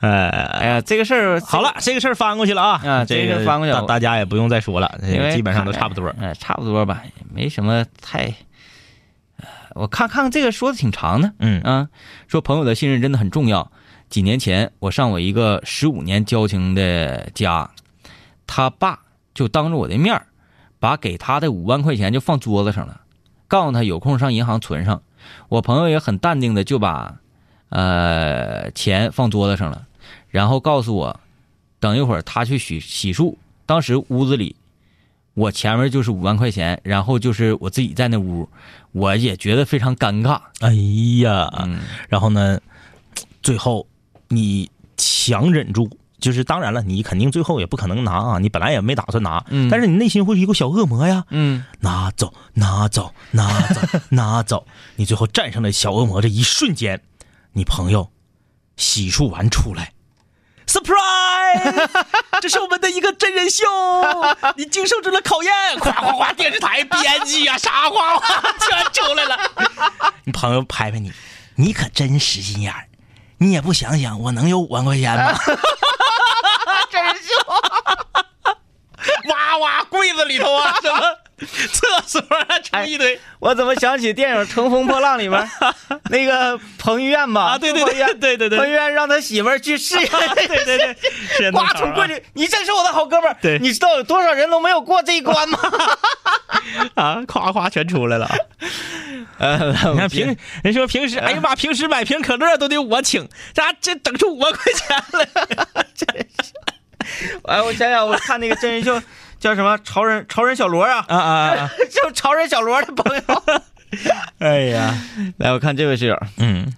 哎，哎呀，这个事儿好了，，这个事儿翻过去了啊，啊这这个翻过去了大大家也不用再说了，这因个为基本上都差不多。哎，差不多吧，也没什么太。呃我看看这个说的挺长的，嗯啊，说朋友的信任真的很重要。几年前，我上我一个十五年交情的家，他爸就当着我的面儿把给他的五万块钱就放桌子上了，告诉他有空上银行存上。我朋友也很淡定的就把呃钱放桌子上了，然后告诉我等一会儿他去洗洗漱。当时屋子里我前面就是五万块钱，然后就是我自己在那屋，我也觉得非常尴尬。哎呀，嗯，然后呢，最后你强忍住，就是当然了，你肯定最后也不可能拿啊，你本来也没打算拿，嗯但是你内心会是一个小恶魔呀，嗯，拿走，拿走，拿走，拿走， 你最后战胜了小恶魔这一瞬间，你朋友洗漱完出来。surprise！这是我们的一个真人秀，你经受住了考验，哗哗哗，电视台编辑啊，啥哗哗全出来了。 你朋友拍拍你，你可真实心眼儿，你也不想想我能有五万块钱吗？真秀！ 哇哇，柜子里头啊，什么 厕所啊，成一堆、我怎么想起电影《乘风破浪》里 面那个彭于晏吧？啊！对对对对对对，彭于晏让他媳妇儿去试 验对对对， 是瓜从柜里，你真是我的好哥们儿。对你知道有多少人都没有过这一关 吗？啊，夸夸全出来了。啊 呃嗯你看平人说平时，哎呀妈，平时买瓶可乐都得我请，咋这整出五万块钱来？ 哎，我想想，我看那个真人秀 叫什么《潮人潮人小罗》啊，啊啊！啊！ 就是潮人小罗的朋友。 哎呀， 来，我看这位室友，嗯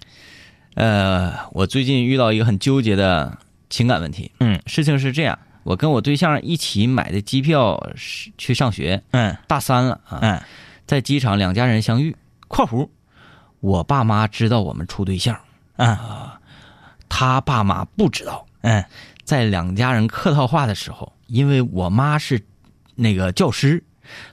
呃，我最近遇到一个很纠结的情感问题。嗯事情是这样，我跟我对象一起买的机票是去上学，嗯大三了啊，嗯，在机场两家人相遇（括弧我爸妈知道我们处对象，啊嗯他爸妈不知道）。嗯在两家人客套话的时候，因为我妈是那个教师，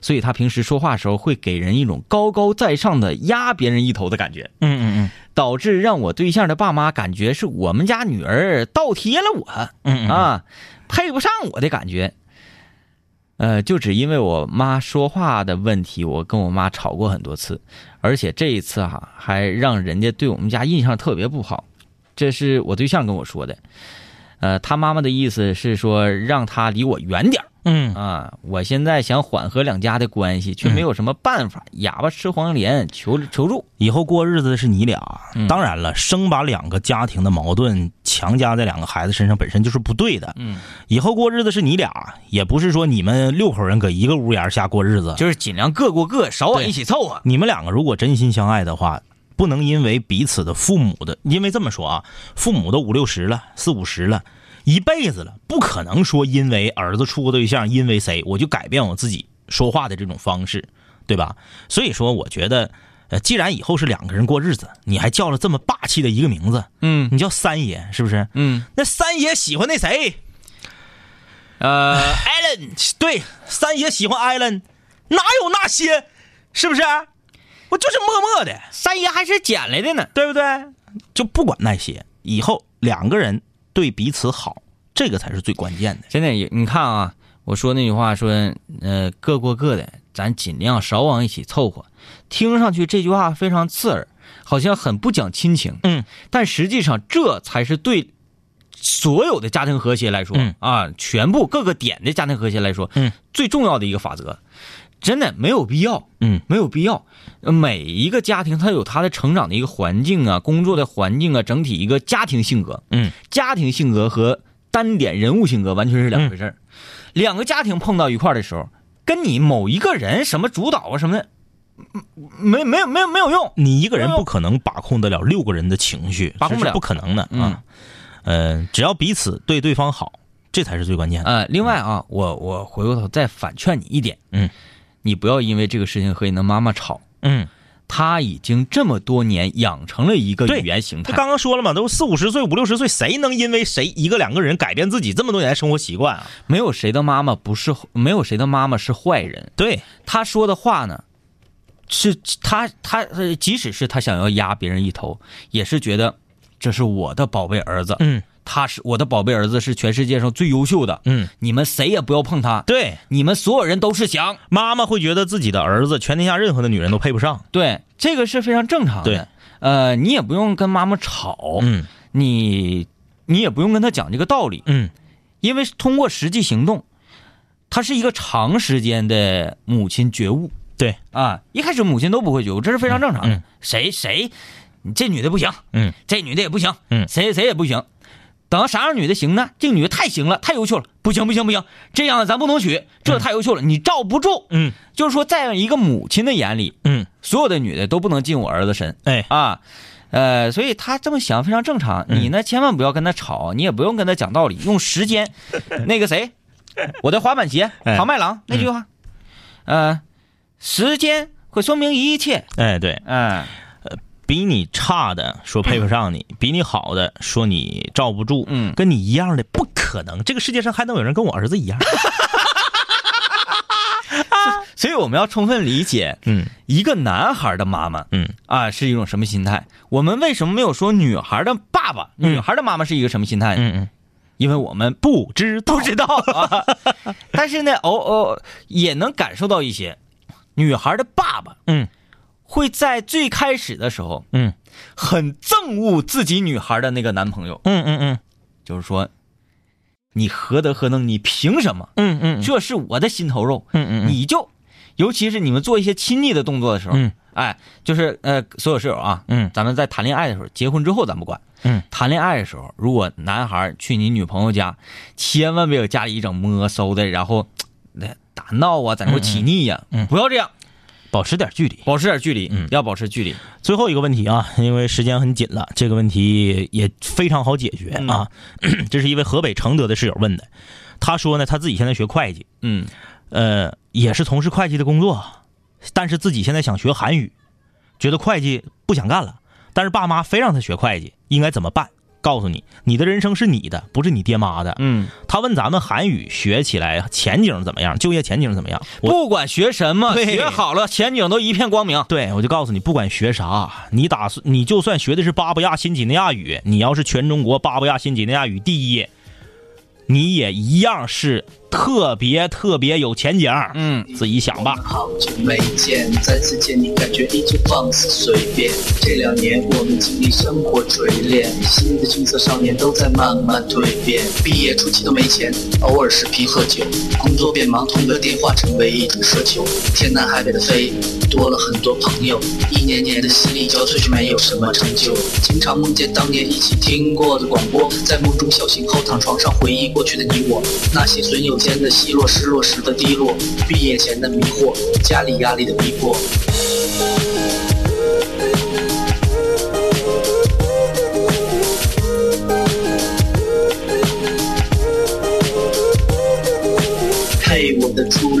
所以她平时说话的时候会给人一种高高在上的压别人一头的感觉，嗯嗯导致让我对象的爸妈感觉是我们家女儿倒贴了我嗯啊啊，配不上我的感觉。呃，就只因为我妈说话的问题，我跟我妈吵过很多次，而且这一次哈、还让人家对我们家印象特别不好。这是我对象跟我说的，呃，他妈妈的意思是说让他离我远点儿嗯啊。我现在想缓和两家的关系，却没有什么办法，哑巴吃黄连，求求助。以后过日子的是你俩。嗯当然了，生把两个家庭的矛盾强加在两个孩子身上，本身就是不对的。嗯，以后过日子是你俩，也不是说你们六口人搁一个屋檐下过日子。就是尽量各过各，少往一起凑合。你们两个如果真心相爱的话，不能因为彼此的父母的，因为这么说啊，父母都五六十了，四五十了，一辈子了，不可能说因为儿子处过对象，因为谁我就改变我自己说话的这种方式，对吧？所以说，我觉得，呃，既然以后是两个人过日子，你还叫了这么霸气的一个名字，嗯你叫三爷是不是？嗯，那三爷喜欢那谁？呃， Allen，对，三爷喜欢 Allen，哪有那些，是不是？我就是默默的，三爷还是捡来的呢。对不对？就不管那些，以后两个人对彼此好，这个才是最关键的。真的，你看啊，我说那句话说，呃，各过各的，咱尽量少往一起凑合。听上去这句话非常刺耳，好像很不讲亲情，嗯，但实际上这才是对所有的家庭和谐来说、嗯啊，全部各个点的家庭和谐来说，嗯，最重要的一个法则。真的没有必要，嗯，没有必要。呃每一个家庭，它有它的成长的一个环境啊，工作的环境啊，整体一个家庭性格，嗯，家庭性格和单点人物性格完全是两回事儿。两个家庭碰到一块儿的时候，跟你某一个人什么主导啊什么的，嗯没没有没有没有用。你一个人不可能把控得了六个人的情绪，把控不了这是不可能的啊。嗯、呃，只要彼此对对方好，这才是最关键的。呃，另外啊，我我回过头再反劝你一点，嗯，你不要因为这个事情和你的妈妈吵，嗯，她已经这么多年养成了一个对语言形他态。刚刚说了嘛，都四五十岁、五六十岁，谁能因为谁一个两个人改变自己这么多年的生活习惯啊？没有谁的妈妈不是，没有谁的妈妈是坏人。对，她说的话呢，是她她呃即使是她想要压别人一头，也是觉得这是我的宝贝儿子，嗯他是我的宝贝儿子，是全世界上最优秀的，嗯，你们谁也不要碰他，对，你们所有人都是翔。妈妈会觉得自己的儿子全天下任何的女人都配不上。对，这个是非常正常的。对，呃，你也不用跟妈妈吵，嗯你你也不用跟她讲这个道理，嗯因为通过实际行动，它是一个长时间的母亲觉悟。对啊，一开始母亲都不会觉悟，这是非常正常的。嗯谁谁，你这女的不行，嗯这女的也不行，嗯谁谁也不行。等到啥样女的行呢？这个女的太行了，太优秀了，不行不行不行，这样咱不能娶，这太优秀了，你罩不住。嗯就是说，在一个母亲的眼里，嗯，所有的女的都不能进我儿子身哎，啊。呃，所以他这么想非常正常。嗯你呢，千万不要跟他吵，你也不用跟他讲道理，用时 间。那个谁，我的滑板鞋，哎嗯庞麦郎那句话，呃，时间会说明一切。哎，对，嗯，比你差的说配不上你，比你好的说你罩不住，嗯跟你一样的不可能，这个世界上还能有人跟我儿子一样？所以我们要充分理解 嗯一个男孩的妈妈嗯啊是一种什么心态。我们为什么没有说女孩的爸爸、女孩的妈妈是一个什么心态呢？嗯嗯，因为我们不知不知 道啊。但是呢，偶偶也能感受到一些女孩的爸爸，嗯，会在最开始的时候，嗯，很憎恶自己女孩的那个男朋友，嗯嗯嗯就是说，你何德何能，你凭什么？嗯嗯这是我的心头肉，嗯嗯你就，尤其是你们做一些亲昵的动作的时候，嗯哎，就是呃，所有室友啊，嗯咱们在谈恋爱的时候，结婚之后咱不管，嗯，谈恋爱的时候，如果男孩去你女朋友家，千万别有家里一整摸搜的，然后那打闹啊，在那块起腻呀、嗯嗯不要这样，保持点距离。保持点距离，嗯要保持距离，最后一个问题啊，因为时间很紧了，这个问题也非常好解决啊。 这是一位河北承德的室友问的，他说呢，他自己现在学会计，嗯呃，也是从事会计的工作，但是自己现在想学韩语，觉得会计不想干了，但是爸妈非让他学会计，应该怎么办？告诉你，你的人生是你的，不是你爹妈的。嗯，他问咱们韩语学起来前景怎么样，就业前景怎么样？我不管学什么，对学好了前景都一片光明，对，我就告诉你，不管学啥，你打算你就算学的是巴布亚新几内亚语，你要是全中国巴布亚新几内亚语第一，你也一样是特别特别有前景。嗯，自己想吧。好久没见，再次见你感觉依旧放肆随便。这两年我们经历生活锤炼，心里的青涩少年都在慢慢蜕变。毕业初期都没钱，偶尔视频喝酒，工作变忙，通个电话成为一种奢求。天南海北的飞，多了很多朋友，一年年的心力交瘁却没有什么成就。经常梦见当年一起听过的广播，在梦中笑醒后躺床上回忆过去的你我，那些损友间的奚落，失落时的低落，毕业前的迷惑，家里压力的逼迫。嘿，我的初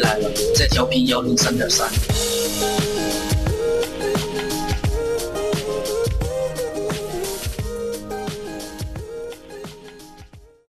来了，在调频幺零三点三。